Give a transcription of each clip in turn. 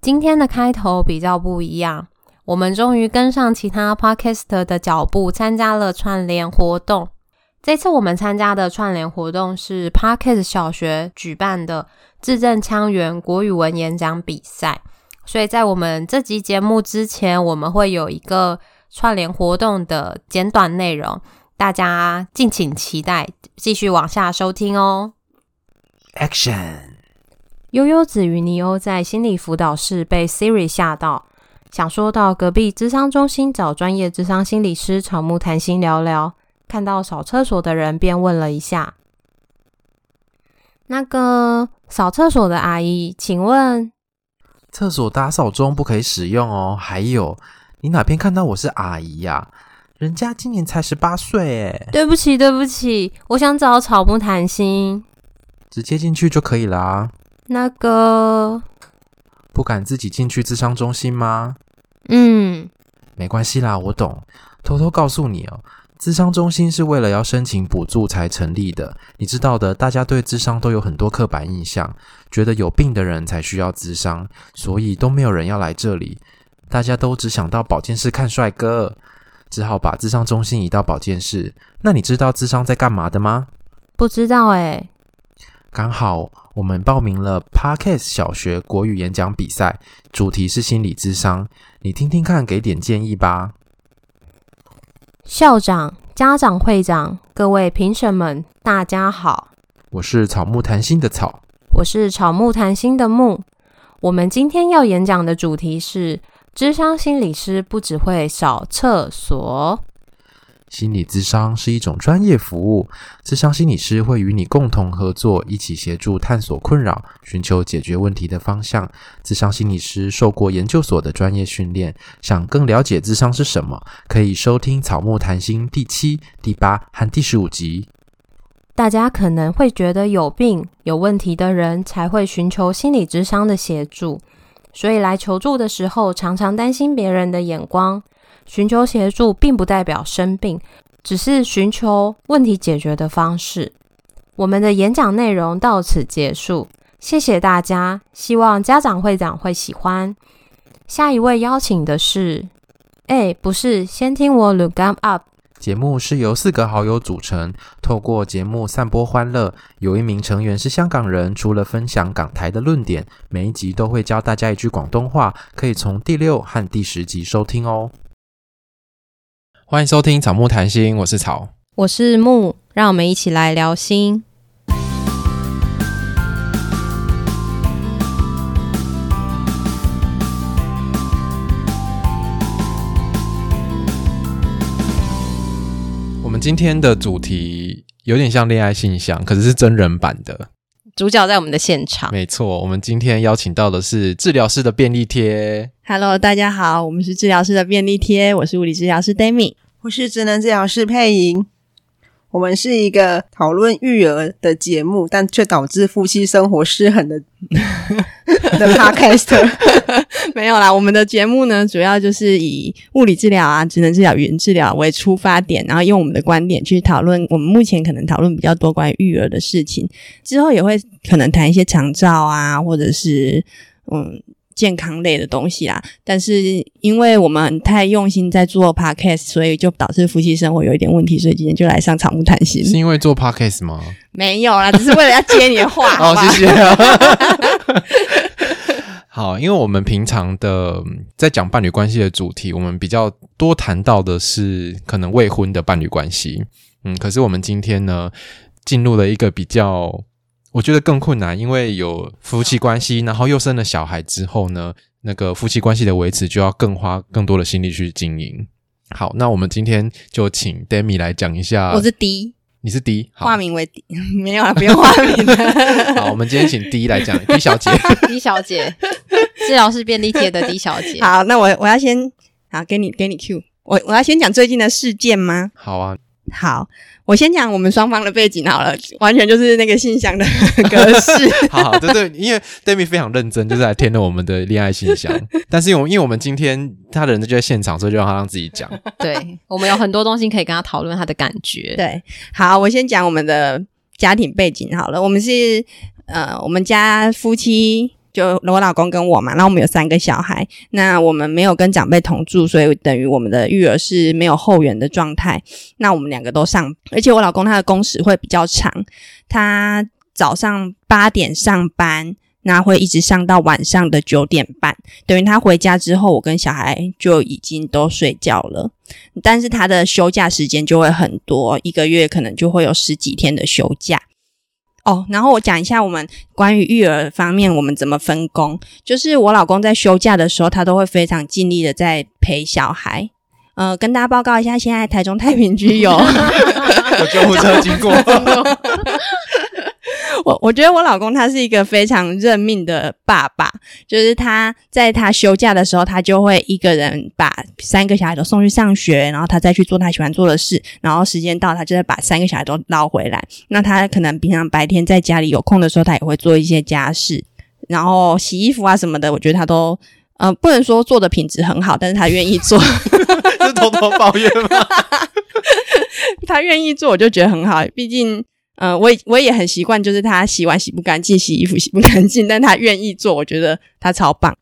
今天的开头比较不一样，我们终于跟上其他 podcast 的脚步，参加了串联活动。这次我们参加的串联活动是 Parkes 小学举办的字正腔圆国语文演讲比赛，所以在我们这集节目之前，我们会有一个串联活动的简短内容，大家敬请期待，继续往下收听哦。 Action！悠悠子与尼欧在心理辅导室被 Siri 吓到，想说到隔壁智商中心找专业智商心理师草木谈心聊聊。看到扫厕所的人，便问了一下：“那个扫厕所的阿姨，请问厕所打扫中不可以使用哦。还有，你哪边看到我是阿姨呀、人家今年才十八岁哎，对不起，对不起，我想找草木谈心。直接进去就可以啦。那个，不敢自己进去智商中心吗？嗯，没关系啦，我懂。偷偷告诉你哦，智商中心是为了要申请补助才成立的。你知道的，大家对智商都有很多刻板印象，觉得有病的人才需要智商，所以都没有人要来这里。大家都只想到保健室看帅哥，只好把智商中心移到保健室。那你知道智商在干嘛的吗？不知道哎、刚好我们报名了 Parkes 小学国语演讲比赛，主题是心理智商，你听听看，给点建议吧。校长、家长会长、各位评审们，大家好。”我是草木谈心的草，我是草木谈心的木。我们今天要演讲的主题是：智商心理师不只会扫厕所。心理咨商是一种专业服务，咨商心理师会与你共同合作，一起协助探索困扰，寻求解决问题的方向。咨商心理师受过研究所的专业训练，想更了解咨商是什么，可以收听《草木谈心》第七、第八和第十五集。大家可能会觉得有病、有问题的人才会寻求心理智商的协助，所以来求助的时候，常常担心别人的眼光。寻求协助并不代表生病，只是寻求问题解决的方式。我们的演讲内容到此结束，谢谢大家，希望家长会长会喜欢。下一位邀请的是，哎，不是，先听我 look up。节目是由四个好友组成，透过节目散播欢乐。有一名成员是香港人，除了分享港台的论点，每一集都会教大家一句广东话，可以从第六和第十集收听哦。欢迎收听草木谈心，我是草。我是木，让我们一起来聊心。我们今天的主题有点像恋爱信箱，可是是真人版的。主角在我们的现场。没错，我们今天邀请到的是治疗师的便利贴。 Hello，大家好，我们是治疗师的便利贴，我是物理治疗师 Demi。我是职能治疗师配音。我们是一个讨论育儿的节目，但却导致夫妻生活失衡 的的 podcast。 没有啦，我们的节目呢，主要就是以物理治疗啊、职能治疗、语言治疗为出发点，然后用我们的观点去讨论我们目前可能讨论比较多关于育儿的事情，之后也会可能谈一些长照啊，或者是嗯。健康类的东西啦，但是因为我们太用心在做 podcast，所以就导致夫妻生活有一点问题，所以今天就来上草木谈心。是因为做 podcast 吗？没有啦，只是为了要接你的话。好哦，吧谢谢。好，因为我们平常的嗯在讲伴侣关系的主题，我们比较多谈到的是可能未婚的伴侣关系。嗯，可是我们今天呢，进入了一个比较，我觉得更困难，因为有夫妻关系，然后又生了小孩之后呢，那个夫妻关系的维持就要更花更多的心力去经营。好，那我们今天就请 Demi 来讲一下。我是 D，你是 D，好化名为 D，没 有啦，不用化名的。好，我们今天请 D 来讲 D 小姐。 D 小姐，治疗师便利贴的 D 小姐。好，那我我要先好给你给你 Q，我我要先讲最近的事件吗？好啊， 好，我先讲我们双方的背景好了，完全就是那个信箱的 格式。好好，对对，因为 Demi 非常认真，就是来填了我们的恋爱信 箱。但是因为我因为我们今天他的人就在现场，所以就让他让自己讲。 对，我们有很多东西可以跟他讨论他的感觉。对，好，我先讲我们的家庭背景好了。我们是呃，我们家夫妻。就我老公跟我嘛，然后我们有三个小孩，那我们没有跟长辈同住，所以等于我们的育儿是没有后援的状态。那我们两个都上，而且我老公他的工时会比较长，他早上八点上班，那会一直上到晚上的九点半，等于他回家之后，我跟小孩就已经都睡觉了。但是他的休假时间就会很多，一个月可能就会有十几天的休假。哦，然后我讲一下我们关于育儿方面我们怎么分工。就是我老公在休假的时候，他都会非常尽力的在陪小孩。呃，跟大家报告一下，现在台中太平区有 有救护车经过，我我觉得我老公他是一个非常认命的爸爸，就是他在他休假的时候，他就会一个人把三个小孩都送去上学，然后他再去做他喜欢做的事，然后时间到，他就会把三个小孩都捞回来。那他可能平常白天在家里有空的时候，他也会做一些家事，然后洗衣服啊什么的，我觉得他都。呃，不能说做的品质很好，但是他愿意 做，是偷偷抱怨吗？他愿意做，我就觉得很好。毕竟，呃，我也我也很习惯，就是他洗碗洗不干净，洗衣服洗不干净，但他愿意做，我觉得他超棒。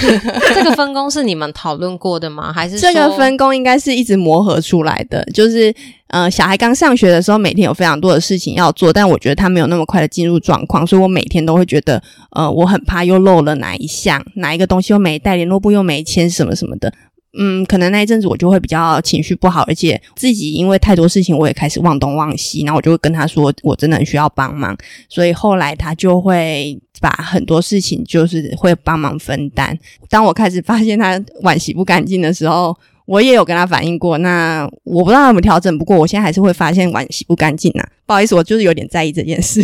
这个分工是你们讨论过的吗？还是这个说分工应该是一直磨合出来的，就是呃，小孩刚上学的时候，每天有非常多的事情要做，但我觉得他没有那么快的进入状况，所以我每天都会觉得，呃，我很怕又漏了哪一项，哪一个东西又没带，联络簿又没签，什么什么的。嗯，可能那一阵子我就会比较情绪不好，而且自己因为太多事情，我也开始忘东忘西，然后我就会跟他说，我真的很需要帮忙，所以后来他就会把很多事情就是会帮忙分担。当我开始发现他碗洗不干净的时候，我也有跟他反映过。那我不知道他有没有调整，不过我现在还是会发现碗洗不干净呐、啊不好意思，我就是有点在意这件事。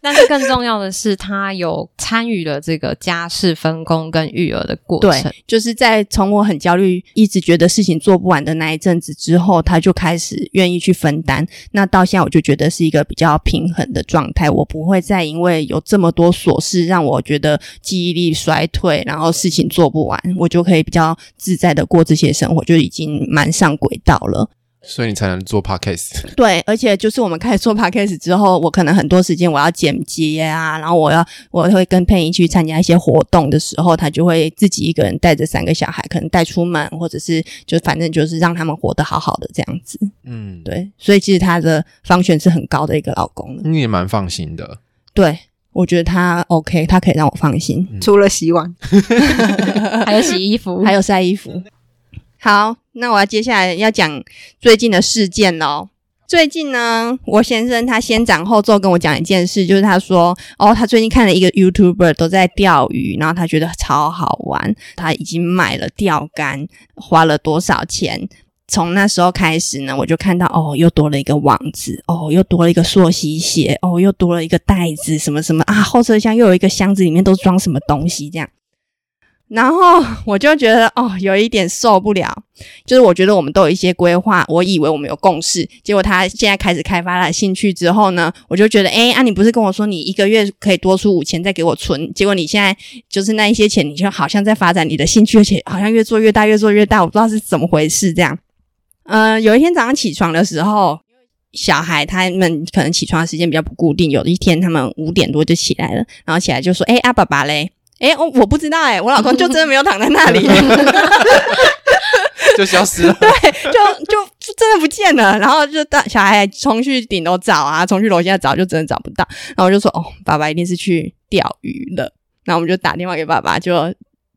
但是更重要的是，他有参与了这个家事分工跟育儿的过对程。，就是在从我很焦虑，一直觉得事情做不完的那一阵子之后，他就开始愿意去分担。那到现在，我就觉得是一个比较平衡的状态，我不会再因为有这么多琐事让我觉得记忆力衰退，然后事情做不完，我就可以比较自在的过这些生活，就已经蛮上轨道了。 所以你才能做 podcast。对，而且就是我们开始做 podcast 之后，我可能很多时间我要剪接啊，然后我要我会跟佩仪去参加一些活动的时候，他就会自己一个人带着三个小孩，可能带出门，或者是就反正就是让他们活得好好的这样子。嗯，对，所以其实他的方选是很高的一个老公了。你也蛮放心的。对，我觉得他 OK，他可以让我放心。除了洗碗，还有洗衣服， 还有晒衣服。好，那我要接下来要讲最近的事件喽。最近呢，我先生他先斩后奏跟我讲一件事，就是他说，哦，他最近看了一个 YouTuber 都在钓鱼，然后他觉得超好玩，他已经买了钓竿，花了多少钱？从那时候开始呢，我就看到哦，又多了一个网子，哦，又多了一个溯溪鞋，哦，又多了一个袋子，什么什么啊，后车厢又有一个箱子，里面都装什么东西这样。然后 我就觉得哦，有一点受不了，就是我觉得我们都有一些规划，我以为我们有共识，结果他现在开始开发了兴趣之后呢，我就觉得，哎，啊，你不是跟我说你一个月可以多出五千再给我存，结果你现在就是那一些钱，你就好像在发展你的兴趣，而且好像越做越大，越做越大，我不知道是怎么回事这样。呃，有一天早上起床的时候，小孩他们可能起床的时间比较不固定，有一天他们五点多就起来了，然后起来就说：“哎、啊，爸爸嘞？”哎、我我不知道哎、我老公就真的没有躺在那里，就消 失了。就就真的不见了，然后就大小孩冲去顶楼找啊，冲去楼下找，就真的找不到。然后我就说，哦，爸爸一定是去钓鱼了。然后我们就打电话给爸爸，就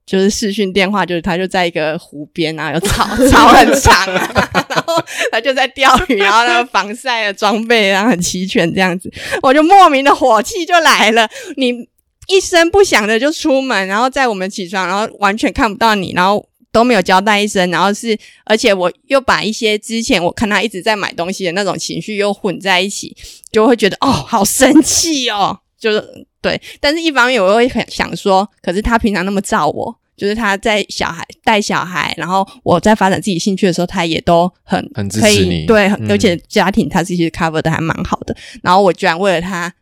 就是视讯电话，就是他就在一个湖边啊，有草草很长啊，然后他就在钓鱼，然后那个防晒的装备然后很齐全这样子，我就莫名的火气就来了，你。一声不响的就出门，然后在我们起床，然后完全看不到你，然后都没有交代一声，然后是而且我又把一些之前我看他一直在买东西的那种情绪又混在一起，就会觉得哦，好生气哦， 就是对。但是一方面我又会很想说，可是他平常那么照我，就是他在小孩带小孩，然后我在发展自己兴趣的时候，他也都很很支可持以你对，嗯而且家庭他自己 cover 的还蛮好的。然后我居然为了他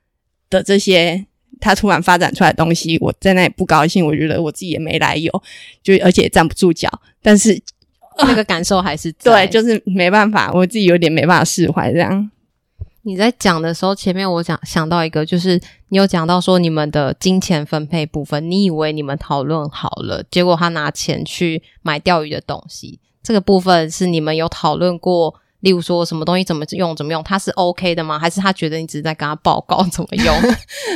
的这些。他突然发展出来的东西，我在那里不高兴，我觉得我自己也没来由，就而且也站不住脚。但是那个感受还是在对，就是没办法，我自己有点没办法释怀这样。你在讲的时候，前面我讲想到一个，就是你有讲到说你们的金钱分配部分，你以为你们讨论好了，结果他拿钱去买钓鱼的东西，这个部分是你们有讨论过，例如说什么东西怎么用怎么用，他是 OK 的吗？还是他觉得你只是在跟他报告怎么用？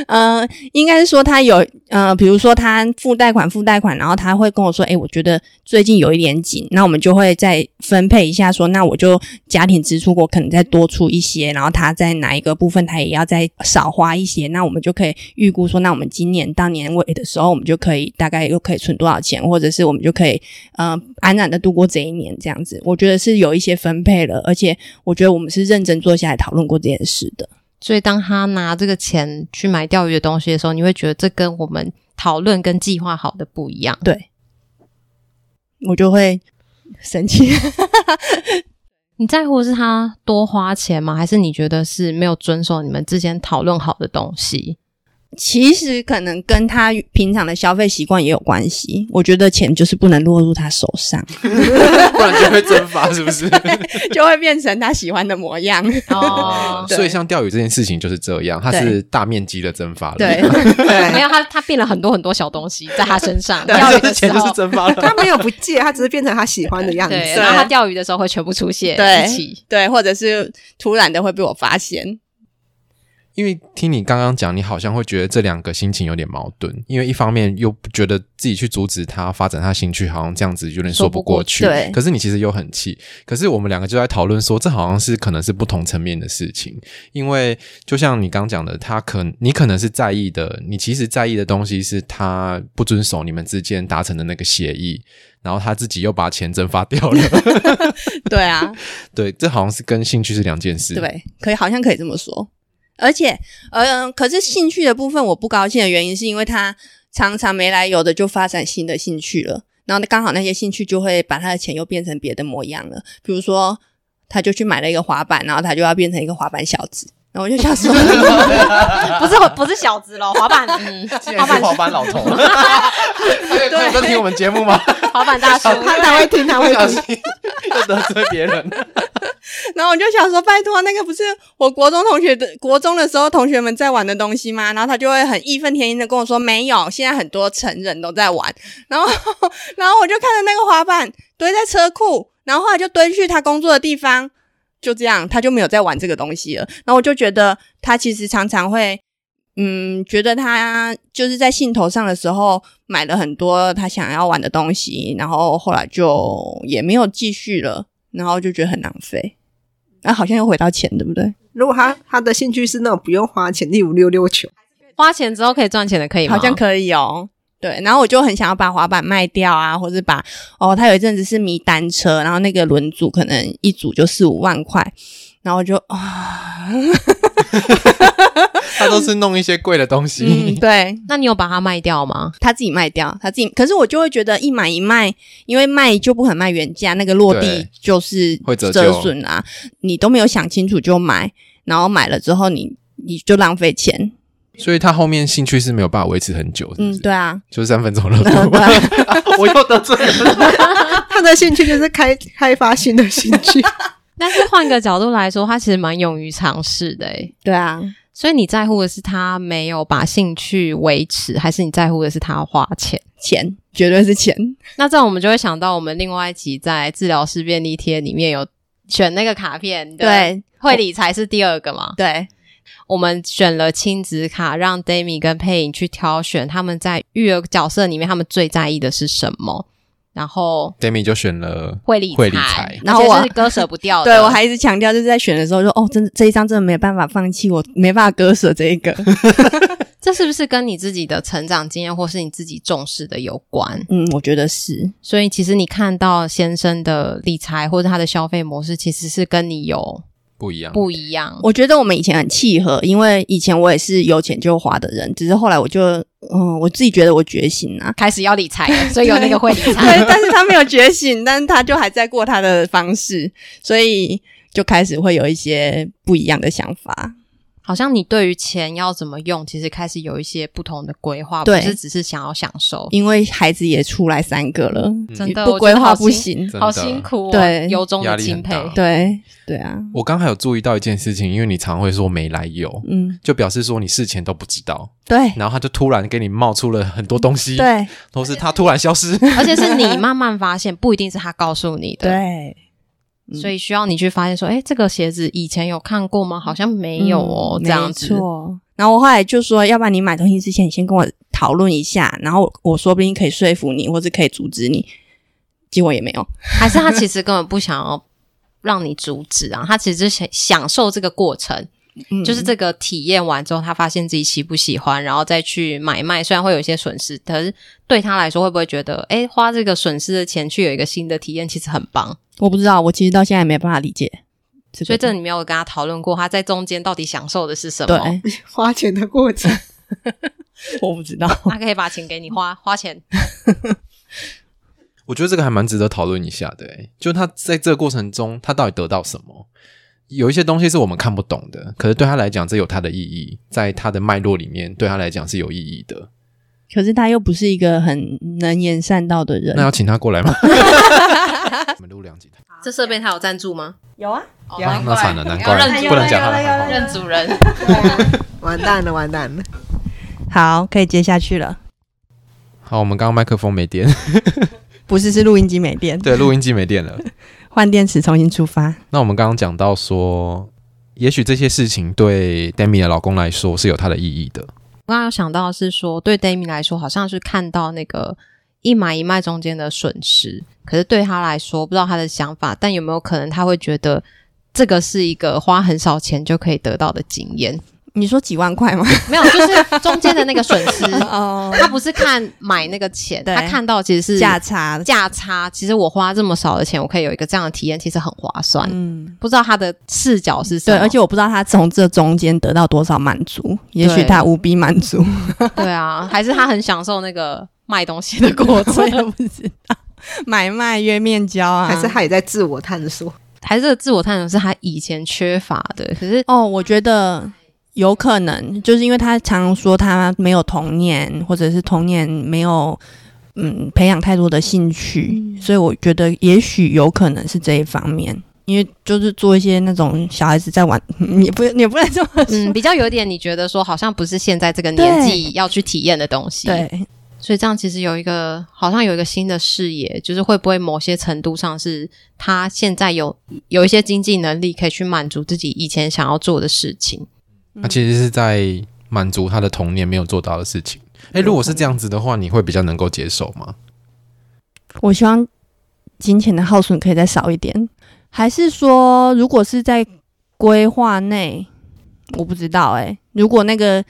呃，应该是说他有呃，比如说他付贷款付贷款，然后他会跟我说，哎、我觉得最近有一点紧，那我们就会再分配一下说那我就家庭支出我可能再多出一些，然后他在哪一个部分他也要再少花一些，那我们就可以预估说，那我们今年到年尾的时候，我们就可以大概又可以存多少钱，或者是我们就可以呃安然的度过这一年这样子。我觉得是有一些分配了，而且我觉得我们是认真坐下来讨论过这件事的。所以当他拿这个钱去买钓鱼的东西的时候，你会觉得这跟我们讨论跟计划好的不一样。对，我就会生气。你在乎的是他多花钱吗？还是你觉得是没有遵守你们之前讨论好的东西？其实可能跟他平常的消费习惯也有关系。我觉得钱就是不能落入他手上， 不然就会蒸发，是不 是？就会变成他喜欢的模样。 哦对所以像钓鱼这件事情就是这样，它是大面积的蒸发了。 对，没 对，有他，他变了很多很多小东西 在他身上。对钓鱼这的时钱就是候，蒸发了。 他没有不戒，他只是变成他喜欢的样子。对，然后他钓鱼的时候会全部出现对一起。 对，或者是突然的会被我发现。因为听你刚刚讲，你好像会觉得这两个心情有点矛盾，因为一方面又不觉得自己去阻止他发展他兴趣，好像这样子有点说不过去。说不过对可是你其实又很气。可是我们两个就在讨论说，这好像是可能是不同层面的事情，因为就像你刚讲的，他可你可能是在意的，你其实在意的东西是他不遵守你们之间达成的那个协议，然后他自己又把钱蒸发掉了。 对啊，对，这好像是跟兴趣是两件事。。对，可以好像可以这么说。而且，呃，可是兴趣的部分我不高兴的原因，是因为他常常没来由的就发展新的兴趣了，然后刚好那些兴趣就会把他的钱又变成别的模样了。比如说，他就去买了一个滑板，然后他就要变成一个滑板小子。然后我就想说，不是不是小子喽，滑板，嗯，滑板板老头，对，在听我们节目吗？滑板大叔，他他会听，他会听。心又得罪别人。然后我就想说，拜托，那个不是我国中同学的国中的时候同学们在玩的东西吗？然后他就会很义愤填膺的跟我说，没有，现在很多成人都在玩。然后， 然后我就看着那个滑板堆在车库，然后后来就堆去他工作的地方，就这样，他就没有再玩这个东西了。然后我就觉得他其实常常会。嗯，觉得他就是在兴头上的时候买了很多他想要玩的东西，然后后来就也没有继续了，然后就觉得很浪费。啊，好像又回到钱，对不对？如果他他的兴趣是那种不用花钱，例如溜溜球，花钱之后可以赚钱的，可以吗？好像可以哦。对，然后我就很想要把滑板卖掉啊，或者把哦，他有一阵子是迷单车，然后那个轮组可能一组就四五万块，然后我就啊，他都是弄一些贵的东嗯，西，对那你有把它卖掉吗？他自己卖掉，他自己，可是我就会觉得一买一卖，因为卖就不可能卖原价，那个落地对就是会折旧折损啊，你都没有想清楚就买，然后买了之后你你就浪费钱，所以他后面兴趣是没有办法维持很久。是不嗯是，对啊， 就是三分钟热度嗯对。啊 我又得罪人。他的兴趣就是开开发新的兴趣。 但是换个角度来说，他其实蛮勇于尝试的诶。对啊，所以你在乎的是他没有把兴趣维持，还是你在乎的是他花钱？钱绝对是钱，那这样我们就会想到，我们另外一集在治疗师便利贴里面有选那个卡片，你的对会理财是第二个嘛？对，我们选了亲子卡，让 d a m i 跟佩影去挑选他们在育儿角色里面他们最在意的是什么，然后 d a m i 就选了会理财，会理财然然后我后是割舍不掉 的。对我还一直强调，就是在选的时候就说，哦，真的这一张真的没办法放弃，我没办法割舍这一 个。这是不是跟你自己的成长经验或是你自己重视的有关？嗯，我觉得是，所以其实你看到先生的理财或者他的消费模式，其实是跟你有不一样，不一样。我觉得我们以前很契合，因为以前我也是有钱就花的人，只是后来我就，嗯，我自己觉得我觉醒啊了、开始要理财 了，所以有那个会理财。 对，但是他没有觉醒，但是他就还在过他的方式，所以就开始会有一些不一样的想法。好像你对于钱要怎么用，其实开始有一些不同的规划，不对是只是想要享受，因为孩子也出来三个了，真的不我觉规得划好不辛行。真的好辛苦、哦，对由衷压的力钦很佩大。对对啊，我刚还有注意到一件事情，因为你常会说没来由，嗯，就表示说你事前都不知道，对然后他就突然给你冒出了很多东西，，对同时他突然消失，而且是你慢慢发现，不一定是他告诉你的，对，嗯所以需要你去发现说，哎，这个鞋子以前有看过吗？好像没有哦，嗯这样子没。错。然后我后来就说，要不然你买东西之前，你先跟我讨论一下，然后我我说不定可以说服你，或者可以阻止你。结果也没有，还是他其实根本不想要让你阻止啊，他其实是想享受这个过程，嗯就是这个体验完之后，他发现自己喜不喜欢，然后再去买卖。虽然会有一些损失，可是对他来说，会不会觉得，哎，花这个损失的钱去有一个新的体验，其实很棒？我不知道，我其实到现在也没办法理解个。所以这你没有跟他讨论过，他在中间到底享受的是什么？对， 花钱的过程。我不知道。 他可以把钱给你 花，花钱。我觉得这个还蛮值得讨论一下的、欸，就他在这个过程中，他到底得到什么？有一些东西是我们看不懂的，可是对他来讲，这有它的意义，在他的脉络里面，对他来讲是有意义的。可是他又不是一个很能言善道的人那。要请他过来吗？我们录两集，这设备他有赞助吗？有啊，哦有那惨了，难怪要认主不能讲他有的了有了有了坏话。认主 人。完蛋了，完蛋了！好，可以接下去了。好，我们刚刚麦克风没电，不是，是录音机没电，对，录音机没电了。换电池重新出发。那我们刚刚讲到说，也许这些事情对 Demi 的老公来说是有它的意义的。我刚刚有想到的是说，对 d a m i 来说，好像是看到那个一买一卖中间的损失，可是对他来说，不知道他的想法，但有没有可能他会觉得这个是一个花很少钱就可以得到的经验？你说几万 块吗？没有，就是中间的那个损 失，哦，他不是看买那个钱，对他看到其实是价差。价差。其实我花这么少的钱，我可以有一个这样的体验，其实很划算。嗯，不知道他的视角是什对，么，而且我不知道他从这中间得到多少满足，也许对他无比满足，对 啊，还是他很享受那个卖东西的过我程。也不知道。买卖约面交啊，还是他也在自我探索。 还是自我探索是他以前缺乏的，可 是哦，我觉得有可能，就是因为他常说他没有童年，或者是童年没有嗯培养太多的兴趣，所以我觉得也许有可能是这一方面。因为就是做一些那种小孩子在玩， 也不也不能这么说。嗯，比较有点你觉得说好像不是现在这个年纪要去体验的东西，，对，所以这样其实有一个好像有一个新的视野，就是会不会某些程度上是他现在有有一些经济能力可以去满足自己以前想要做的事情，他其实是在满足他的童年没有做到的事情。诶，如果是这样子的话，你会比较能够接受吗？我希望金钱的耗损可以再少一点，还是说，如果是在规划内，我不知道哎、如果那个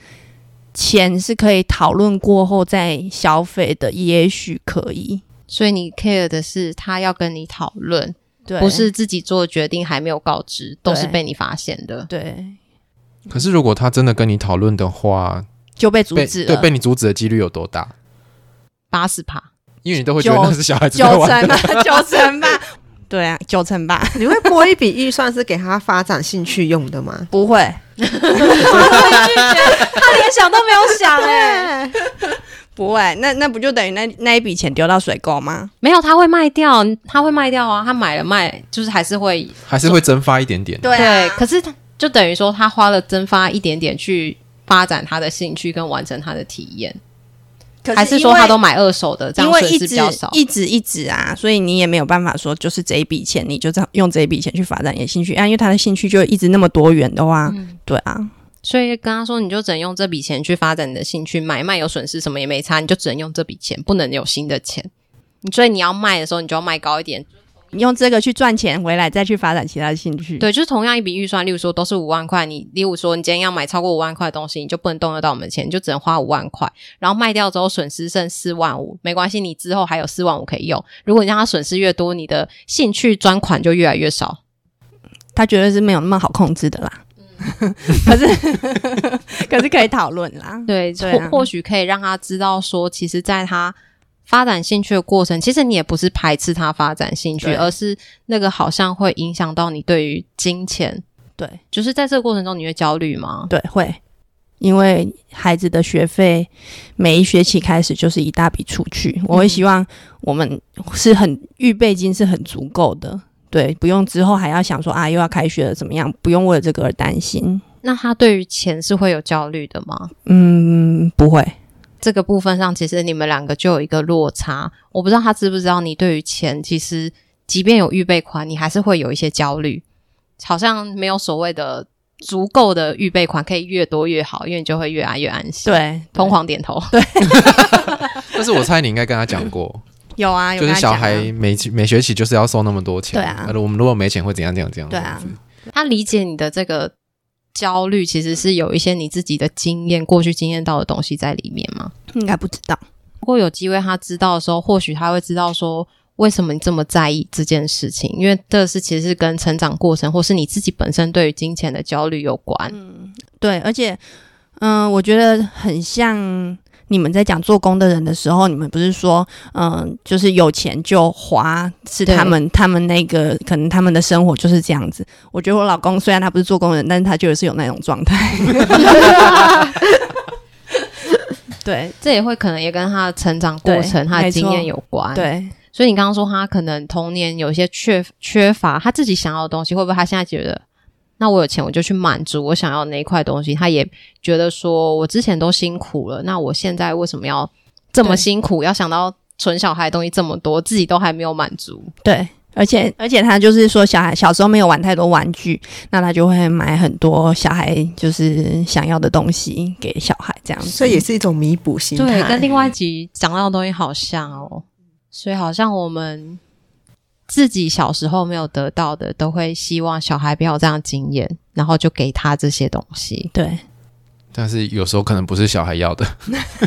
钱是可以讨论过后再消费的，也许可以。所以你 care 的是他要跟你讨论，对，不是自己做的决定还没有告知，都是对被你发现的。对，可是如果他真的跟你讨论的话，就被阻被止对了，被你阻止的几率有多大？八十趴，因为你都会觉得九那是小孩子九在玩成的。吧， 九成吧。对啊，九成吧，你会拨一笔预算是给他发展兴趣用的 吗？不会，他连想都没有想哎、欸 不会，那那不就等于那那一笔钱丢到水沟吗？没有，他会卖掉，他会卖掉啊，他买了卖，就是还是会 还是会蒸发一点 点。对啊可是他就等于说他花了蒸发一点点去发展他的兴趣跟完成他的体验，可还是因说为他都买二手的，这因样为损一失比直较少。一直一直啊，所以你也没有办法说，就是这一笔钱，你就这样用这一笔钱去发展你的兴趣啊，因为他的兴趣就一直那么多元的话，嗯对啊，所以跟他说，你就只能用这笔钱去发展你的兴趣，买卖有损失什么也没差，你就只能用这笔钱，不能有新的钱。所以你要卖的时候，你就要卖高一点。你用这个去赚钱回来，再去发展其他的兴趣。，对，就是同样一笔预算，例如说都是五万块，你例如说你今天要买超过五万块的东西，你就不能动用到我们的钱，你就只能花五万块，然后卖掉之后损失剩四万五，没关系，你之后还有四万五可以用。如果你让它损失越多，你的兴趣专款就越来越少。他绝对是没有那么好控制的啦。嗯 可是 可是可以讨论啦。对，对啊或或许可以让他知道说，其实在他发展兴趣的过程，其实你也不是排斥他发展兴趣，对而是那个好像会影响到你对于金钱对就是在这个过程中，你会焦虑吗？对，会，因为孩子的学费每一学期开始就是一大笔出去，我会希望我们是很预备金是很足够的，对，不用之后还要想说啊又要开学了怎么样，不用为了这个而担心。那他对于钱是会有焦虑的吗？嗯，不会，这个部分上，其实你们两个就有一个落差。我不知道他知不知道，你对于钱，其实即便有预备款，你还是会有一些焦虑，好像没有所谓的足够的预备款，可以越多越好，因为你就会越来越安心。，对，疯狂点头。但是我猜你应该跟他讲 过，有啊，有就跟是他小讲啊孩每期每学期就是要收那么多钱，对啊呃我们如果没钱会怎样怎样怎样，对啊这样子他理解你的这个焦虑，其实是有一些你自己的经验、过去经验到的东西在里面吗？应该不知道，如果有机会他知道的时候，或许他会知道说为什么你这么在意这件事情，因为这是其实是跟成长过程或是你自己本身对于金钱的焦虑有关。嗯对，而且，嗯、我觉得很像你们在讲做工的人的时候，你们不是说，嗯、就是有钱就花，是对他们他们那个可能他们的生活就是这样子。我觉得我老公虽然他不是做工人，但是他就是有那种状态。 对这也会可能也跟他的成长过程、对他的经没验错有关。，对，所以你刚刚说他可能童年有一些缺缺乏他自己想要的东西，会不会他现在觉得？那我有钱，我就去满足我想要的那一块东西。他也觉得说，我之前都辛苦了，那我现在为什么要这么对辛苦？要想到存小孩的东西这么多，自己都还没有满足。对，而且而且他就是说，小孩小时候没有玩太多玩具，那他就会买很多小孩就是想要的东西给小孩这样子。，所以也是一种弥补心态。对，跟另外一集讲到的东西好像哦，所以好像我们自己小时候没有得到的，都会希望小孩不要有这样的经验，然后就给他这些东西对但是有时候可能不是小孩要的，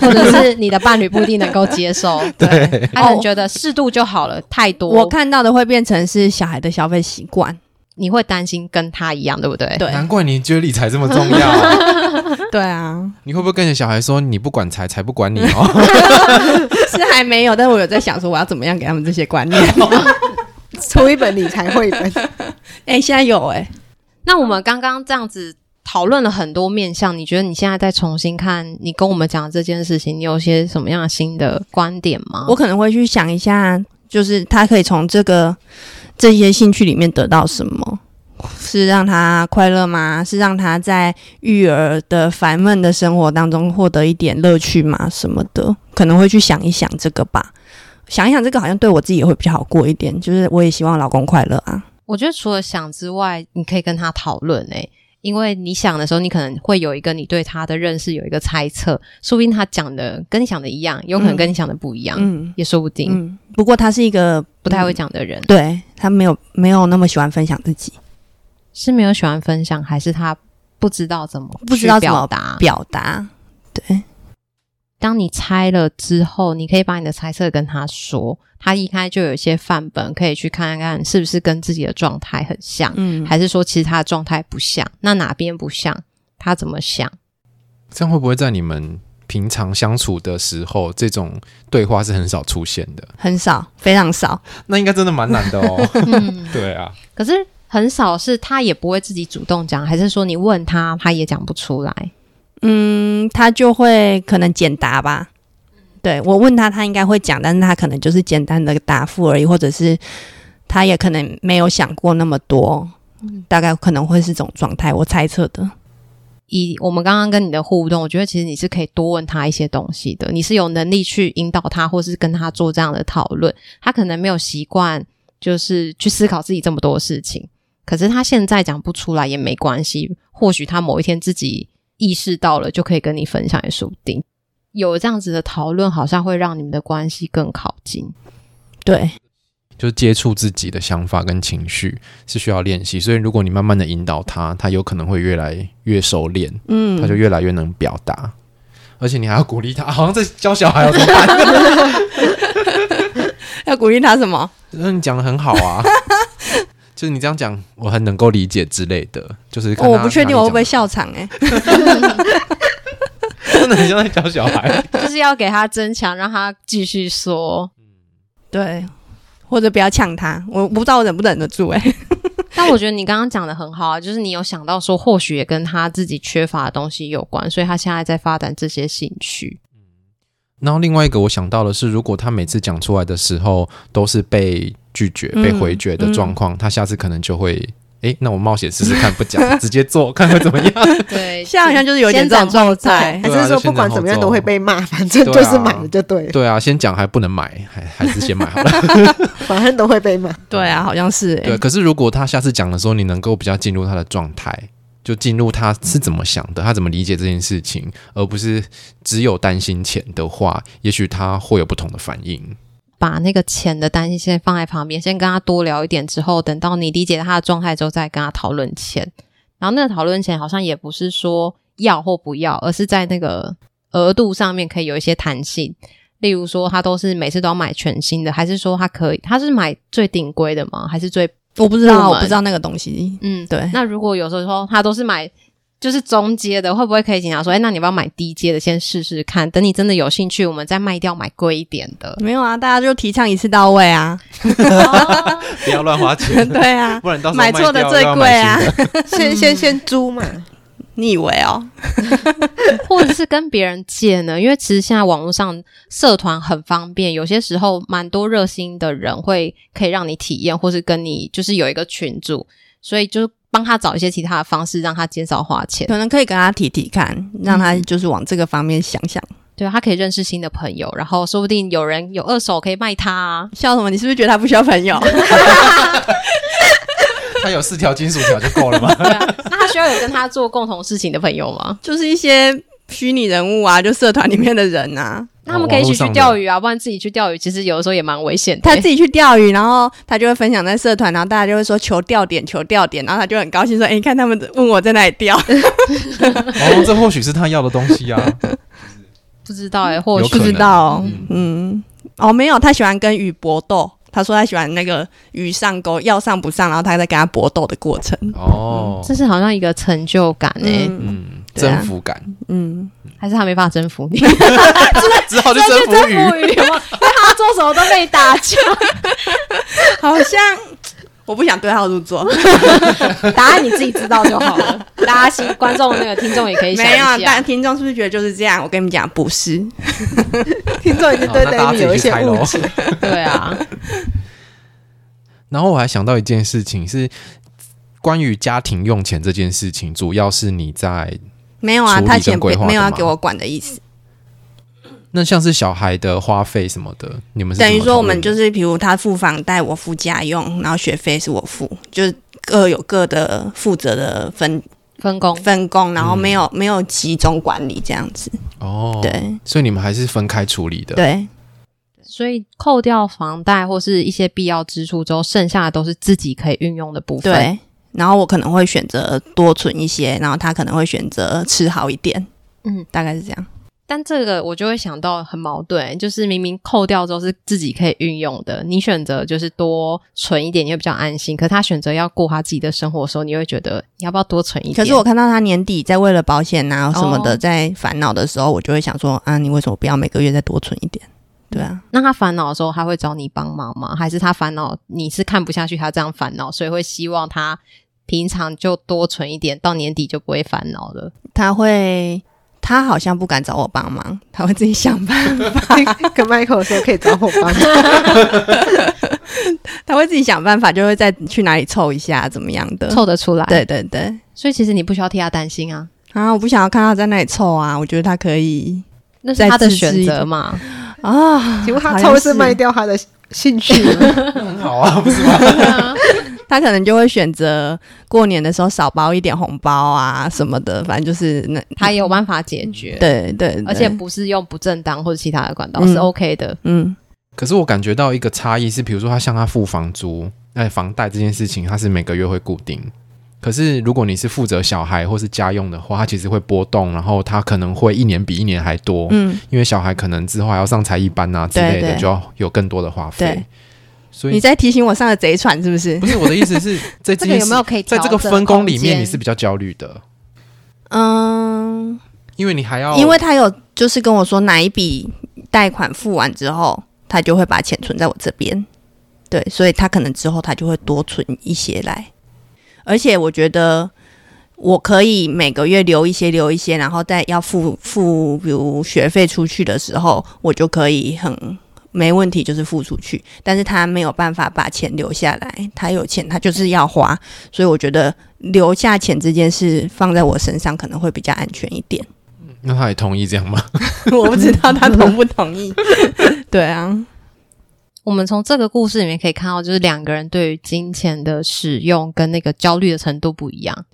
或者是你的伴侣不一定能够接 受，哦对，他可能觉得适度就好了，太多，我看到的会变成是小孩的消费习惯。你会担心跟他一样，对不对？对难怪你觉得理财这么重 要，对啊，你会不会跟你小孩说你不管财，财不管你哦？ 是还没有，但我有在想说我要怎么样给他们这些观 念。 出一本理财绘 本，哎、现在有哎、那我们刚刚这样子讨论了很多面向，你觉得你现在再重新看你跟我们讲的这件事情，你有些什么样的新的观点吗？我可能会去想一下，就是他可以从这个这些兴趣里面得到什么。是让他快乐吗？是让他在育儿的烦闷的生活当中获得一点乐趣吗？什么的，可能会去想一想这个吧。想一想这个，好像对我自己也会比较好过一点。就是我也希望老公快乐啊。我觉得除了想之外，你可以跟他讨论诶，因为你想的时候，你可能会有一个你对他的认识，有一个猜测，说不定他讲的跟你想的一样，有可能跟你想的不一样，嗯也说不定。嗯，不过他是一个嗯不太会讲的人、对他没有没有那么喜欢分享自己，是没有喜欢分享，还是他不知道怎么不知道去怎表么达？表达。对，当你猜了之后，你可以把你的猜测跟他说，他一开就有一些范本可以去看看是不是跟自己的状态很像，嗯，还是说其实他的状态不像，那哪边不像，他怎么 想？这样会不会在你们平常相处的时候，这种对话是很少出现 的？很少，非常少。那应该真的蛮难的哦。嗯，对啊，可是很少是他也不会自己主动讲，还是说你问他，他也讲不出来？嗯，他就会可能简答吧。对我问他，他应该会讲，但是他可能就是简单的答复而已，或者是他也可能没有想过那么多，大概可能会是这种状态，我猜测的。以我们刚刚跟你的互动，我觉得其实你是可以多问他一些东西的，你是有能力去引导他，或是跟他做这样的讨论。他可能没有习惯，就是去思考自己这么多事情，可是他现在讲不出来也没关系，或许他某一天自己意识到了，就可以跟你分享也说不定。有这样子的讨论，好像会让你们的关系更靠近。对，就是接触自己的想法跟情绪是需要练习，所以如果你慢慢的引导他，他有可能会越来越熟练，嗯，他就越来越能表达。而且你还要鼓励他，好像在教小孩哦，怎么办？ 要鼓励他什么？那你讲的很好啊， 就是你这样讲，我很能够理解之类的。就是看哦、我他不确定哪里我会不会 讲笑场哎、得，真的很像在教小孩。就是要给他增强，让他继续说。对，或者不要呛他，我不知道我忍不忍得住哎、但我觉得你刚刚讲的很好啊，就是你有想到说，或许也跟他自己缺乏的东西有关，所以他现在在发展这些兴趣。然后另外一个我想到的是，如果他每次讲出来的时候都是被拒绝、嗯被回绝的状况，他下次可能就会。诶，那我冒险试试看，不 讲，直接做，看会怎么样。对，现在好像就是有点这种状态。还对啊是说就先不管斩后怎么样奏都会被骂，反正对就是啊买了就对了，对啊，先讲还不能买，还还是先买好了。反正都会被骂。 对啊，好像是哎、嗯对，可是如果他下次讲的时候，你能够比较进入他的状态，就进入他是怎么想的，他怎么理解这件事情，而不是只有担心钱的话，也许他会有不同的反 应。把那个钱的担心先放在旁边，先跟他多聊一点，之后等到你理解他的状态之后，再跟他讨论钱。然后那个讨论钱好像也不是说要或不要，而是在那个额度上面可以有一些弹性。例如说，他都是每次都要买全新的，还是说他可以？他是买最顶规的吗？还是最我不知入道，门我不知道那个东西。嗯对那如果有时候他都是买就是中阶的，会不会可以请他说，哎、那你要不要买低阶的先试试看？等你真的有兴趣，我们再卖掉买贵一点的。没有啊，大家就提倡一次到 位啊。不要乱花钱，对啊，不然到时候买错卖掉最又要买贵啊新的。先先先租嘛， 你以为哦？ 或者是跟别人借呢？因为其实现在网络上社团很方便，有些时候蛮多热心的人会可以让你体验，或是跟你就是有一个群组，所以就是帮他找一些其他的方式，让他减少花钱。可能可以跟他提提看，让他就是往这个方面想想。对，他可以认识新的朋友，然后说不定有人有二手可以卖他、 啊。笑什么？你是不是觉得他不需要朋 友？他有四条金属条就够 了吗？对啊，那他需要有跟他做共同事情的朋友吗？就是一些虚拟人物啊，就社团里面的人啊，那他们可以一起去钓鱼啊，不然自己去钓鱼，其实有的时候也蛮危险的、他自己去钓鱼，然后他就会分享在社团，然后大家就会说求钓点，求钓点，然后他就很高兴说：“哎、你看他们问我在哪里钓。哦，这或许是他要的东西啊。 不知道哎、嗯或有许可能知道，嗯，哦，没有，他喜欢跟鱼搏斗。他说他喜欢那个鱼上钩，要上不上，然后他在跟他搏斗的过程。哦，这是好像一个成就感哎、嗯嗯，对啊征服 感，嗯，还是他没办法征服 你。只好去再征去 服征鱼。服鱼，因为他做什么都被打击。好像我不想对号入座，答案你自己知道就好了，大家新观众那个听众也可以想没有。啊一但下。听众是不是觉得就是这样？我跟你们讲，不是， 听众已经好对那大家 David 有自一己去些猜误咯解。对啊，然后我还想到一件事情是。关于家庭用钱这件事情，主要是你在没有啊，处理他跟钱规划没有的要吗给我管的意思。那像是小孩的花费什么的，你们是等怎于么说，讨我论们就的是，比如他付房贷，我付家用，然后学费是我付，就是各有各的负责的分分工分工，然后嗯没有、没有集中管理这样子。哦，对、，所以你们还是分开处理的。对，所以扣掉房贷或是一些必要支出之后，剩下的都是自己可以运用的部分。，对。然后我可能会选择多存一些，然后他可能会选择吃好一点，嗯，大概是这样。但这个我就会想到很矛盾，就是明明扣掉之后是自己可以运用的，你选择就是多存一点，你会比较安心。可是他选择要过他自己的生活的时候，你会觉得你要不要多存一点？可是我看到他年底在为了保险啊什么的哦在烦恼的时候，我就会想说啊，你为什么不要每个月再多存一点？嗯对啊，那他烦恼的时候，他会找你帮忙吗？还是他烦恼你是看不下去他这样烦恼，所以会希望他平常就多存一点，到年底就不会烦恼了？他会，他好像不敢找我帮忙， 他会自己想办 法。 跟 Michael 说可以找我帮忙，他会自己想办法，就会再去哪里凑一下，怎么样的？，凑得出来，，对对对。所以其实你不需要替他担心啊，啊，我不想要看他在那里凑啊，我觉得他可以那是他的选择嘛。啊。请问他好像超市是卖掉他的兴趣吗？很好啊，不是吗？他可能就会选择过年的时候少包一点红包啊什么的，反正就是那他也有办法解决，对对对而且不是用不正当或者其他的管道、嗯是 OK 的。嗯， 可是我感觉到一个差异是，比如说他像他付房租、哎房贷这件事情，他是每个月会固定。可是如果你是负责小孩或是家用的话，他其实会波动，然后他可能会一年比一年还多，嗯，因为小孩可能之后还要上才艺班啊之对类的，对就要有更多的花费对。所你以在提醒我上了贼船是不是不？是我的意思是，在这个这件有事没有可以在调这个整分工里空间面，你是比较焦虑的，嗯，因为你还要因为他有就是跟我说哪一笔贷款付完之后，他就会把钱存在我这边，对，所以他可能之后他就会多存一些来。而且我觉得我可以每个月留一些，留一些，然后再要付付，比如学费出去的时候，我就可以很没问题，就是付出去。但是他没有办法把钱留下来，他有钱他就是要花，所以我觉得留下钱这件事放在我身上可能会比较安全一点。那他也同意这样吗？ 我不知道他同不同意。 对啊，我们从这个故事里面可以看到，就是两个人对于金钱的使用跟那个焦虑的程度不一样。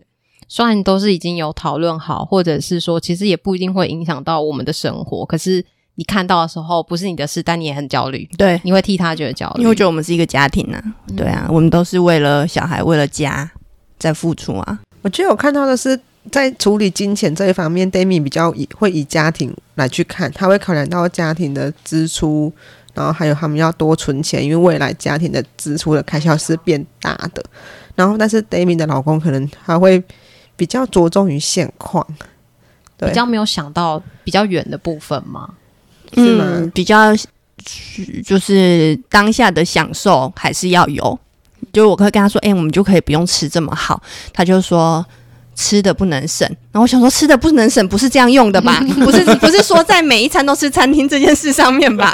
虽然都是已经有讨论好，或者是说其实也不一定会影响到我们的生活，可是你看到的时候不是你的事，但你也很焦虑，对，你会替他觉得焦虑。因为我觉得我们是一个家庭啊，嗯对啊，我们都是为了小孩，为了家在付出啊。我觉得我看到的是，在处理金钱这一方面，Demi 比较以会以家庭来去看，他会考量到家庭的支出，然后还有他们要多存钱，因为未来家庭的支出的开销是变大的。然后，但是 Demi 的老公可能他会比较着重于现况，对比较没有想到比较远的部分嘛。是吗嗯，比较就是当下的享受还是要有。就我会跟他说：“哎、我们就可以不用吃这么好。”他就说：“吃的不能省。”然后我想说：“吃的不能省不是这样用的 吧？不是不是说在每一餐都吃餐厅这件事上面吧？”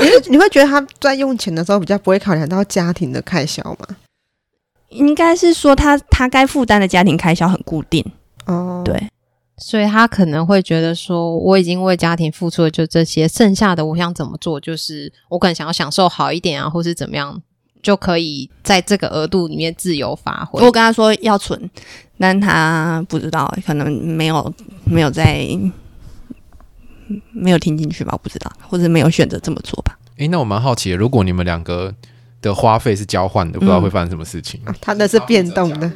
你会你会觉得他在用钱的时候比较不会考量到家庭的开销吗？ 应该是说他他该负担的家庭开销很固定，哦，对，所以他可能会觉得说，我已经为家庭付出了就这些，剩下的我想怎么做，就是我可能想要享受好一点啊，或是怎么样，就可以在这个额度里面自由发挥。我跟他说要存，但他不知道，可能没有没有在没有听进去吧，我不知道，或者没有选择这么做吧。诶，那我蛮好奇的，如果你们两个的花费是交换的，不知道会发生什么事情。啊他的是变动 的，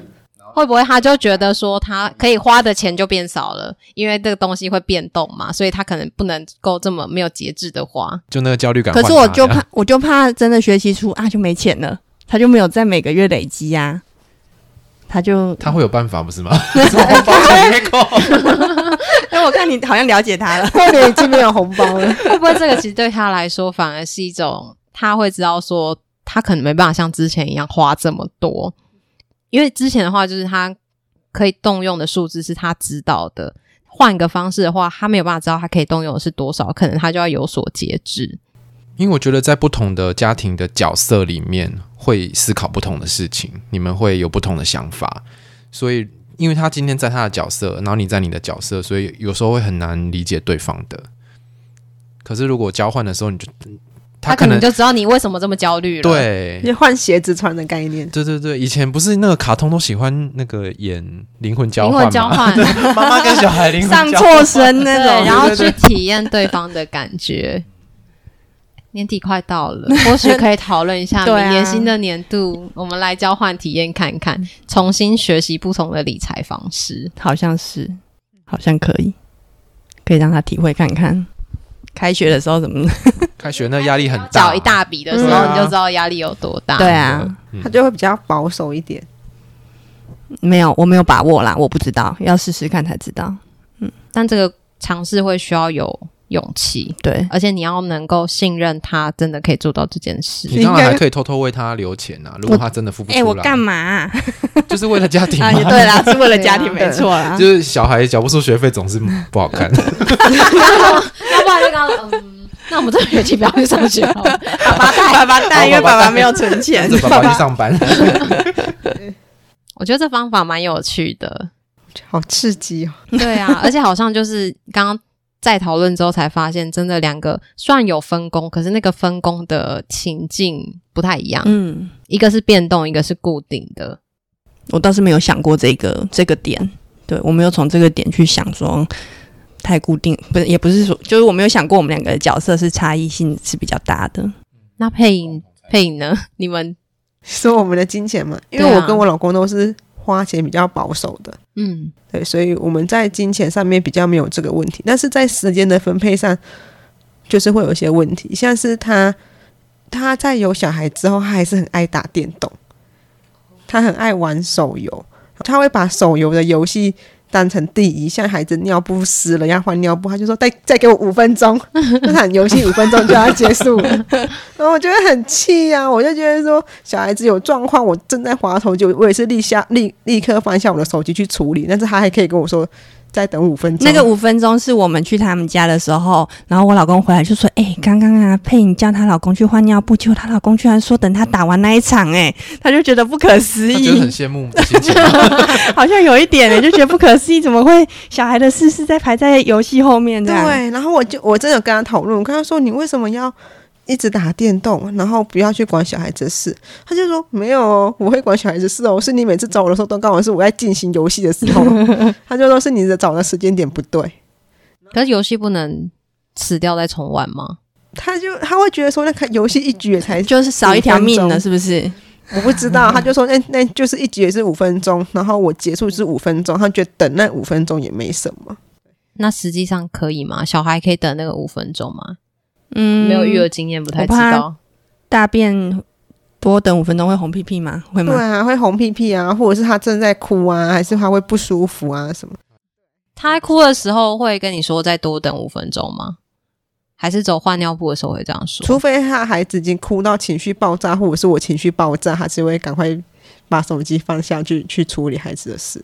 会不会他就觉得说，他可以花的钱就变少了，因为这个东西会变动嘛，所以他可能不能够这么没有节制的花。就那个焦虑感可换啊他是这样。我就哎怕，我就怕真的学期初啊就没钱了，他就没有在每个月累积呀、他就他会有办法不是吗？怎么包成一口？哎，我看你好像了解 他了，过年已经没有红包了。会不会这个其实对他来说反而是一种，他会知道说他可能没办法像之前一样花这么多，因为之前的话就是他可以动用的数字是他知道的，换一个方式的话，他没有办法知道他可以动用的是多少，可能他就要有所节制。因为我觉得在不同的家庭的角色里面，会思考不同的事情，你们会有不同的想法，所以因为他今天在他的角色，然后你在你的角色，所以有时候会很难理解对方的。可是如果交换的时候，你就他可能就知道你为什么这么焦虑了。，对就 换鞋子穿的概念，对对对，以前不是那个卡通都喜欢那个演灵魂交灵换魂吗？交换。妈妈跟小孩灵魂上交换错身那 对，种，然后去体验对方的感觉。年底快到 了，或许可以讨论一下对啊明年新的年度，我们来交换体验看看，重新学习不同的理财方式。好像是，好像可以，可以让他体会看看。开学的时候怎么？开学那压力很大，缴一大笔的时对候，啊你就知道压力有多大。对啊，嗯他就会比较保守一点。没有，我没有把握啦，我不知道，要试试看才知道。但这个尝试会需要有勇气，对，而且你要能够信任他，真的可以做到这件 事。你当然还可以偷偷为他留钱啊，如果他真的付不出来，嘛 啊？就是为了家庭嘛也对啦，是为了对啊家庭，没错啦就。是小孩缴不出学费总是不好看，要不然就刚嗯，那我们这个学期不要去上学哦好了。爸爸带，爸爸带，因为好爸爸爸带爸没有存钱 这。爸爸去上班。 我觉得这方法蛮有趣的，好刺激哦！对 啊，而且好像就是刚刚在讨论之后才发现，真的两个虽然有分工，可是那个分工的情境不太一样，嗯，一个是变动，一个是固定的。我倒是没有想过这个这个点，对我没有从这个点去想说太固定，不是也不是说，就是我没有想过我们两个的角色是差异性是比较大的。那配嗯音配音呢？ 你们说我们的金钱嘛，因为对啊我跟我老公都是花钱比较保守的，嗯，对，所以我们在金钱上面比较没有这个问题，但是在时间的分配上，就是会有一些问题，像是他他在有小孩之后，他还是很爱打电动，他很爱玩手游，他会把手游的游戏当成第一。像孩子尿布湿了要换尿布，他就说再再给我五分 钟，那场游戏五分钟就要结束了。然后我觉得很气呀、我就觉得说小孩子有状况，我正在滑手机，我也是立下立立刻放下我的手机去处理，但是他还可以跟我说再等五分钟。那个五分钟是我们去他们家的时候，然后我老公回来就说：“哎、刚刚啊，佩影叫她老公去换尿布，结果她老公居然说等她打完那一场、哎，她就觉得不可思他觉得很议，羡慕的 心情。 好像有一点、哎，就觉得不可思议，怎么会小孩的事是在排在游戏后面这样？对，然后我就我真的有跟他讨论，我跟他说你为什么要一直打电动，然后不要去管小孩子的事？他就说没有哦，我会管小孩子的事哦，是你每次找我的时候都刚好是我在进行游戏的时候，他就说是你的找的时间点不对。可是游戏不能死掉再重玩吗？他就他会觉得说，那看游戏一局也才就是少一条命五分了，钟是不是？我不知道，他就说那那就是一局也是五分钟，然后我结束是五分钟，他觉得等那五分钟也没什么。那实际上可以吗？小孩可以等那个五分钟吗？嗯没有育儿经验，不太知道。大便多等五分钟会红屁屁吗？会对吗？啊，会红屁屁啊，或者是他正在哭啊，还是他会不舒服啊什么？他在哭的时候会跟你说再多等五分钟吗？还是走换尿布的时候会这样说？除非他孩子已经哭到情绪爆炸，或者是我情绪爆炸，还是会赶快把手机放下去去处理孩子的事。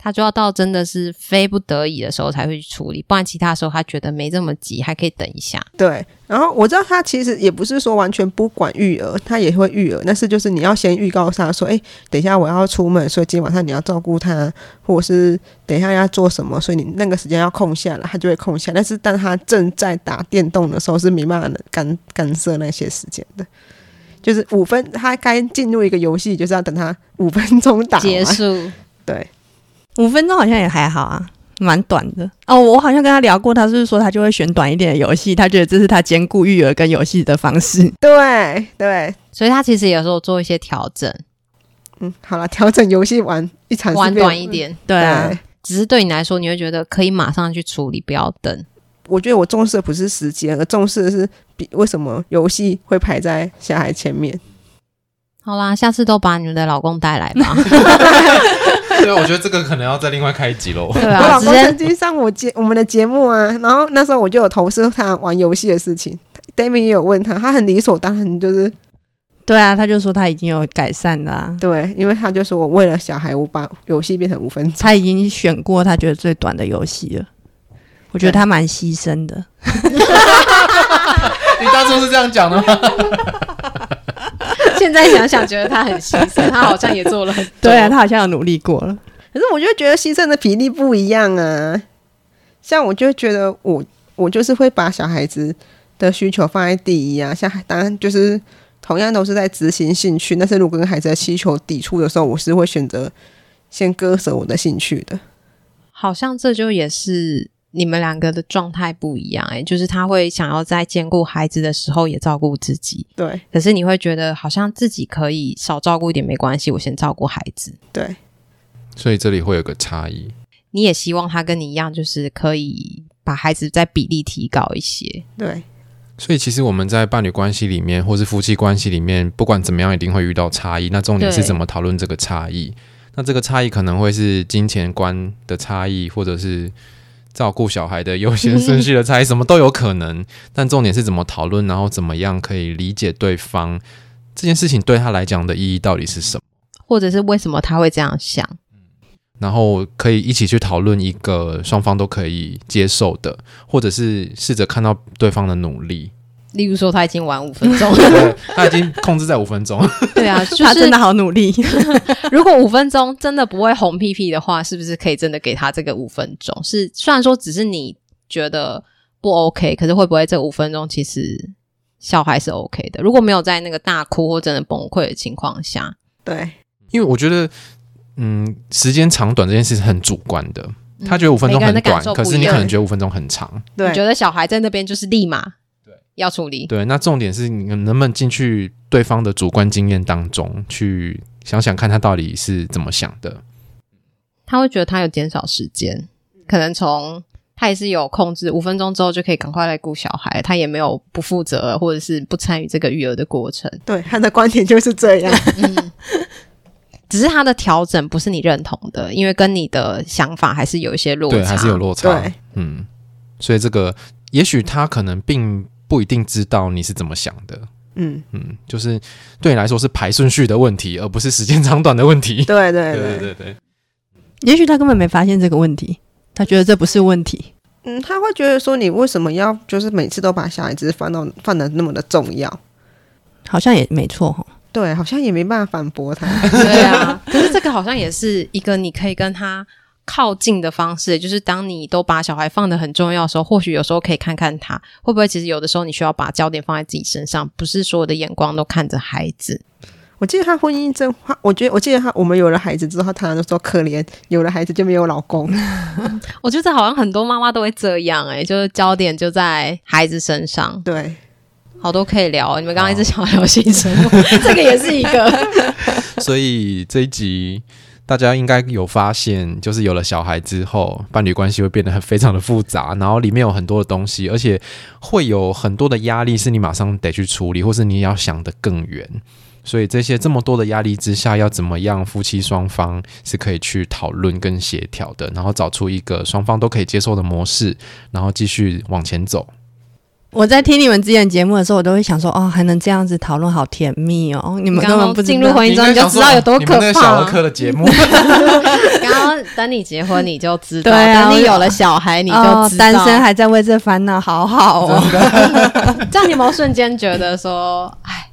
他就要到真的是非不得已的时候才会去处理，不然其他时候他觉得没这么急，还可以等一下。对，然后我知道他其实也不是说完全不管育儿，他也会育儿，但是就是你要先预告他说，哎，等一下我要出门，所以今天晚上你要照顾他，或者是等一下要做什么，所以你那个时间要空下来，他就会空下来。但是当他正在打电动的时候，是没办法干干涉那些时间的。就是五分，他该进入一个游戏，就是要等他五分钟打完结束，对，五分钟好像也还好啊，蛮短的哦。我好像跟他聊过，他是不是说他就会选短一点的游戏，他觉得这是他兼顾育儿跟游戏的方式。对对， 所以他其实有时候做一些调整，嗯，好了，调整游戏玩一场是玩没有短一。点，对对，啊，只是对你来说，你会觉得可以马上去处理，不要等。我觉得我重视的不是时间，而重视的是比为什么游戏会排在小孩前面。好啦，下次都把你们的老公带来吧。对，我觉得这个可能要再另外开一集喽。对我啊，老直公接曾经上我节我们的节目啊，然后那时候我就有投诉他玩游戏的事情。Damian 也有问他，他很理所当然就是对啊，他就说他已经有改善了、啊，对，因为他就说我为了小孩，我把游戏变成五分钟。他已经选过他觉得最短的游戏了。我觉得他蛮牺牲的，你当初是这样讲的吗？ 现在想想，觉得他很牺牲，他好像也做了很多。对啊，他好像有努力过了。可是我就觉得牺牲的比例不一样啊。像我就觉得我我就是会把小孩子的需求放在第一啊。像当然就是同样都是在执行兴趣，但是如果跟孩子的需求抵触的时候，我是会选择先割舍我的兴趣的。好像这就也是你们两个的状态不一样、欸，就是他会想要在兼顾孩子的时候也照顾自己，对可是你会觉得好像自己可以少照顾一点没关系，我先照顾孩子。对，所以这里会有个差异。你也希望他跟你一样，就是可以把孩子在比例提高一些。对，所以其实我们在伴侣关系里面，或是夫妻关系里面，不管怎么样，一定会遇到差异。那重点是对怎么讨论这个差异？那这个差异可能会是金钱观的差异，或者是照顾小孩的优先顺序的差异，什么都有可能。 但重点是怎么讨论，然后怎么样可以理解对方这件事情对他来讲的意义到底是什么，或者是为什么他会这样想？然后可以一起去讨论一个双方都可以接受的，或者是试着看到对方的努力。例如说，他已经玩五 分钟对他已经控制在五分钟了。对啊，就 他真是的好努力，如果五分钟真的不会红屁屁的话，是不是可以真的给他这个五分钟？是虽然说只是你觉得不 OK，可是会不会这五分钟其实小孩是 OK 的？如果没有在那个大哭或真的崩溃的情况下，对，因为我觉得，嗯，时间长短这件事是很主观的。他觉得五分钟嗯每个人很的短感，受不可一样是你可能觉得五分钟很长。你觉对，得小孩在那边就是立马要处理，对，那重点是你能不能进去对方的主观经验当中去想想看，他到底是怎么想的。他会觉得他有减少时间，嗯可能从。他也是有控制，五分钟之后就可以赶快来顾小孩，他也没有不负责或者是不参与这个育儿的过程。 对，他的观点就是这样。 只是他的调整不是你认同的，因为跟你的想法还是有一些落差，对，还是有落差对。嗯，所以这个也许他可能并不一定知道你是怎么想的。嗯，嗯，就是对你来说是排顺序的问题，而不是时间长短的问题。对对 对对对对对，也许他根本没发现这个问题，他觉得这不是问题。嗯，他会觉得说你为什么要就是每次都把小孩子放到放的那么的重要？好像也没错吼对，好像也没办法反驳他。对啊， 可是这个好像也是一个你可以跟他靠近的方式，就是当你都把小孩放得很重要的时候，或许有时候可以看看他会不会，其实有的时候你需要把焦点放在自己身上，不是所有的眼光都看着孩子。我记得他婚姻真话，我觉得我记得他我们有了孩子之后，他就说可怜有了孩子就没有老公。我觉得好像很多妈妈都会这样、欸，哎，就是焦点就在孩子身上，对，好多可以聊哦。你们刚刚一直想要聊性生活， 这个也是一 个。 所以这一集大家应该有发现，就是有了小孩之后，伴侣关系会变得很非常的复杂，然后里面有很多的东西，而且会有很多的压力是你马上得去处理，或是你要想得更远。所以这些这么多的压力之下，要怎么样夫妻双方是可以去讨论跟协调的，然后找出一个双方都可以接受的模式，然后继续往前走。 我在听你们之前的节目的时候，我都会想说，哦，还能这样子讨论，好甜蜜哦！你们刚根刚本不知进入道婚姻之后哦你就知道有多可你们那个小怕儿科的啊节目， 刚刚等你结婚你就知道，对啊等我你就有了小孩你就知道，哦，单身还在为这烦恼，好好哦。这样你有没有瞬间觉得说，哎，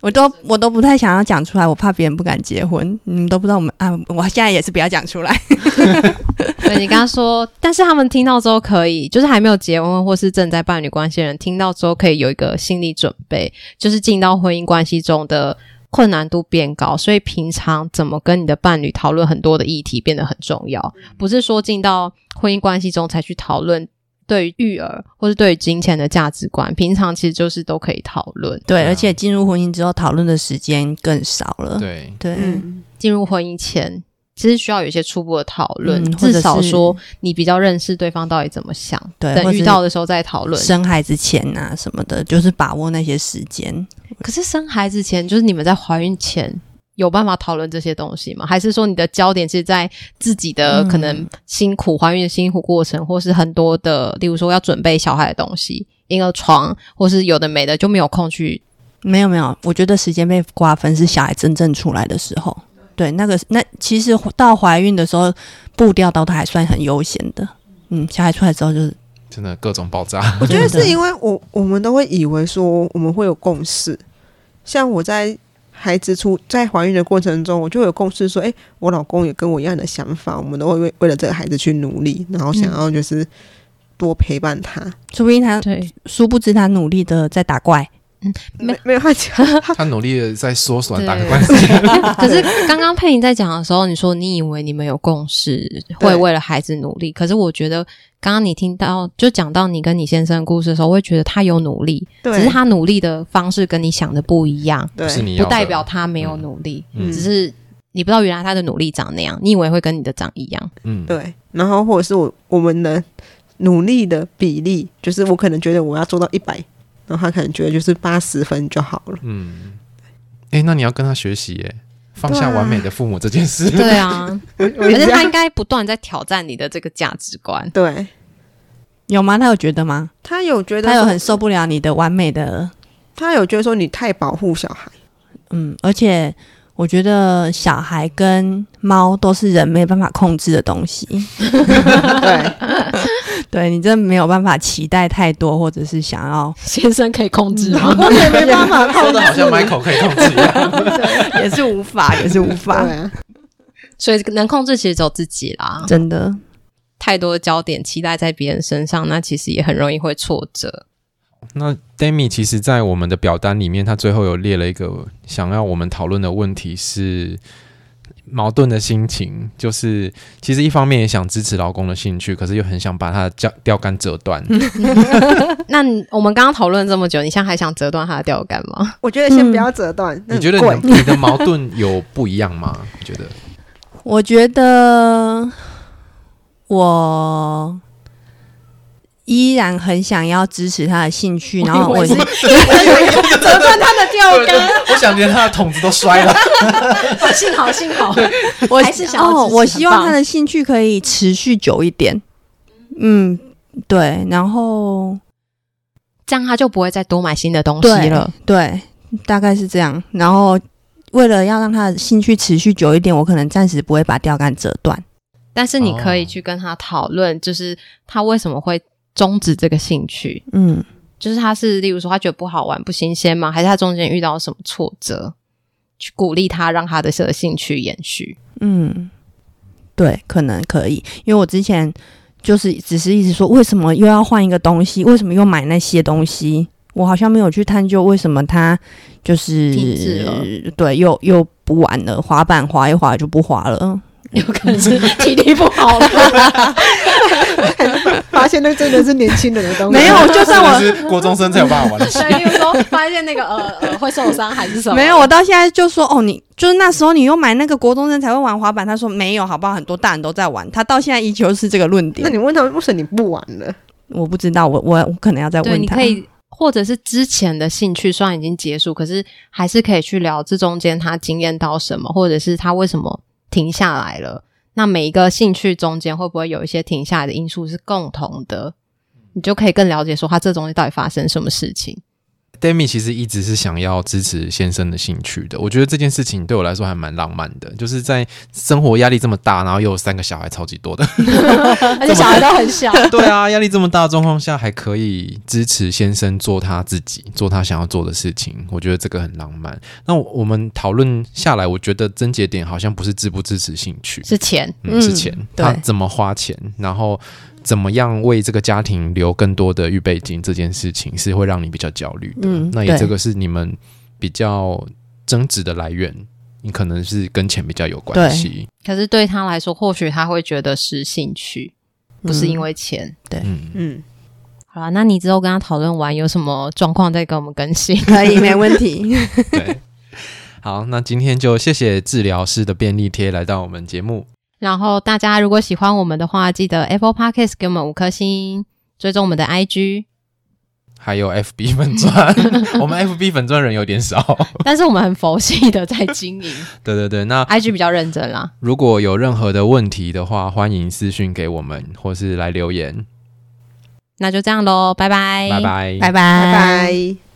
我都我都不太想要讲出来，我怕别人不敢结婚。你们都不知道我们啊，我现在也是不要讲 出来。对哎你刚刚说，但是他们听到之后可以，就是还没有结婚或是正在伴侣关系的人听到之后，可以有一个心理准备，就是进到婚姻关系中的困难度变高，所以平常怎么跟你的伴侣讨论很多的议题变得很重要，不是说进到婚姻关系中才去讨论。对于育儿或是对于金钱的价值观，平常其实就是都可以讨论。对，而且进入婚姻之后，讨论的时间更少了。对，对，嗯，进入婚姻前，其实需要有一些初步的讨论，嗯或者至少是说你比较认识对方到底怎么想，对或等者遇是到的时候再讨论。生孩子前啊什么的，就是把握那些时间。可是生孩子前，就是你们在怀孕前。有办法讨论这些东西吗？还是说你的焦点是在自己的嗯可能辛苦怀孕的辛苦过程，或是很多的，例如说要准备小孩的东西，婴儿床，或是有的没的就没有空去没有没有，我觉得时间被瓜分是小孩真正出来的时候。对，那个那其实到怀孕的时候，步调都还算很悠闲的。嗯，小孩出来之后就是，真的各种爆 炸。我觉得是为因为我我们都会以为说我们会有共识，像我在孩子出在怀孕的过程中，我就有共识说，哎、我老公也跟我一样的想法，我们都会为为了这个孩子去努力，然后想嗯要就是多陪伴他。说不定他对殊不知他努力的在打怪，没没没有他讲，他努力的在缩短对打个关系， 可是刚刚佩莹在讲的时候，你说你以为你们有共识，会对为了孩子努力。可是我觉得，刚刚你听到就讲到你跟你先生的故事的时候，我会觉得他有努力， 只对是，他努力的方式跟你想的不一样，不是对，你要不的代表他没有努力，嗯只是你不知道原来他的努力长那样，你以为会跟你的长一 样。嗯，对，然后或者是我我们的努力的比例，就是我可能觉得我要做到一百，然后他可能觉得就是八十分就好了。嗯，哎、那你要跟他学习耶，放下对啊完美的父母这件事。对啊，我可也是这他样应该不断在挑战你的这个价值观。对有吗？他有觉得吗？他有觉得他有说很受不了你的完美的，他有觉得说你太保护小 孩，嗯，而且我觉得小孩跟猫都是人没办法控制的东西， 对，对你真的没有办法期待太多，或者是想要 先生可以控制吗？我也没办法说控的好像 Michael 可以控制一样，也是无法，也是无对法，啊，所以能控制其实只有自己啦。真的。太多的焦点期待在别人身上，那其实也很容易会挫折。那 Demi 其实，在我们的表单里面，他最后有列了一个想要我们讨论的问题是矛盾的心情，就是其实一方面也想支持老公的兴趣，可是又很想把他的钓钓竿折断。那你我们刚刚讨论这么久，你现在还想折断他的钓竿吗？我觉嗯得先不要折断，那你觉得 很贵你的你的矛盾有不一样吗？你觉得？我觉得我依然很想要支持他的兴趣，然后我我以为是折断他的钓对对，我想连他的桶子都摔了。幸好幸 好，我还是想要哦支，持我很希望棒他的兴趣可以持续久一点。嗯，对，然后这样他就不会再多买新的东西对了。，对，大概是这样。然后为了要让他的兴趣持续久一点，我可能暂时不会把钓竿折断。但是你可以哦去跟他讨论，就是他为什么会终止这个兴趣，嗯，就是他是例如说他觉得不好玩、不新鲜吗？还是他中间遇到什么挫折？去鼓励他，让他的这个兴趣延续。嗯，对，可能可以，因为我之前就是只是一直说，为什么又要换一个东西？为什么又买那些东西？我好像没有去探究为什么它就是停滞了对，又又不玩了，滑板滑一滑就不滑了。嗯有可能是体力不好 了，发现那真的是年轻人的东西。没有，哦就算 我啊是国中生才有办法玩得起。对，例如说发现那个呃呃会受伤还是什么，没有，我到现在就说哦，你就是那时候你又买那个国中生才会玩滑板，他说没有，好不好？很多大人都在玩，他到现在依旧是这个论那点。你问他为什么你不玩了？我不知道，我我我可能要再对，问你他。可以，或者是之前的兴趣虽然已经结束，可是还是可以去聊这中间他经验到什么，或者是他为什么停下来了。那每一个兴趣中间会不会有一些停下来的因素是共同的？你就可以更了解说他这中间到底发生什么事情。 Demi 其实一直是想要支持先生的兴趣的，我觉得这件事情对我来说还蛮浪漫的，就是在生活压力这么大，然后又有三个小孩，超级多的。 而且小孩都很小， 对啊，压力这么大的状况下，还可以支持先生做他自己，做他想要做的事情，我觉得这个很浪漫。那我我们讨论下来，我觉得症结点好像不是支不支持兴趣， 是钱。嗯，是嗯钱，对他怎么花钱，然后怎么样为这个家庭留更多的预备金，这件事情是会让你比较焦虑的。嗯那也对这个是你们比较争执的来源，你可能是跟钱比较有关系。可是对他来说，或许他会觉得是兴趣，不是因为钱。嗯，嗯，好啦，那你之后跟他讨论完有什么状况再跟我们更新。 可以，没问题。对。 好，那今天就谢谢治疗师的便利贴来到我们节目，然后大家如果喜欢我们的话，记得 Apple Podcast 给我们五颗星，追踪我们的 IG。还有 FB 粉钻，我们 FB 粉钻人有点少。 但是我们很佛系的在经营 对对对，那，IG 比较认真啦。如果有任何的问题的话，欢迎私讯给我们，或是来留言。那就这样喽，拜拜，拜拜。拜拜拜拜。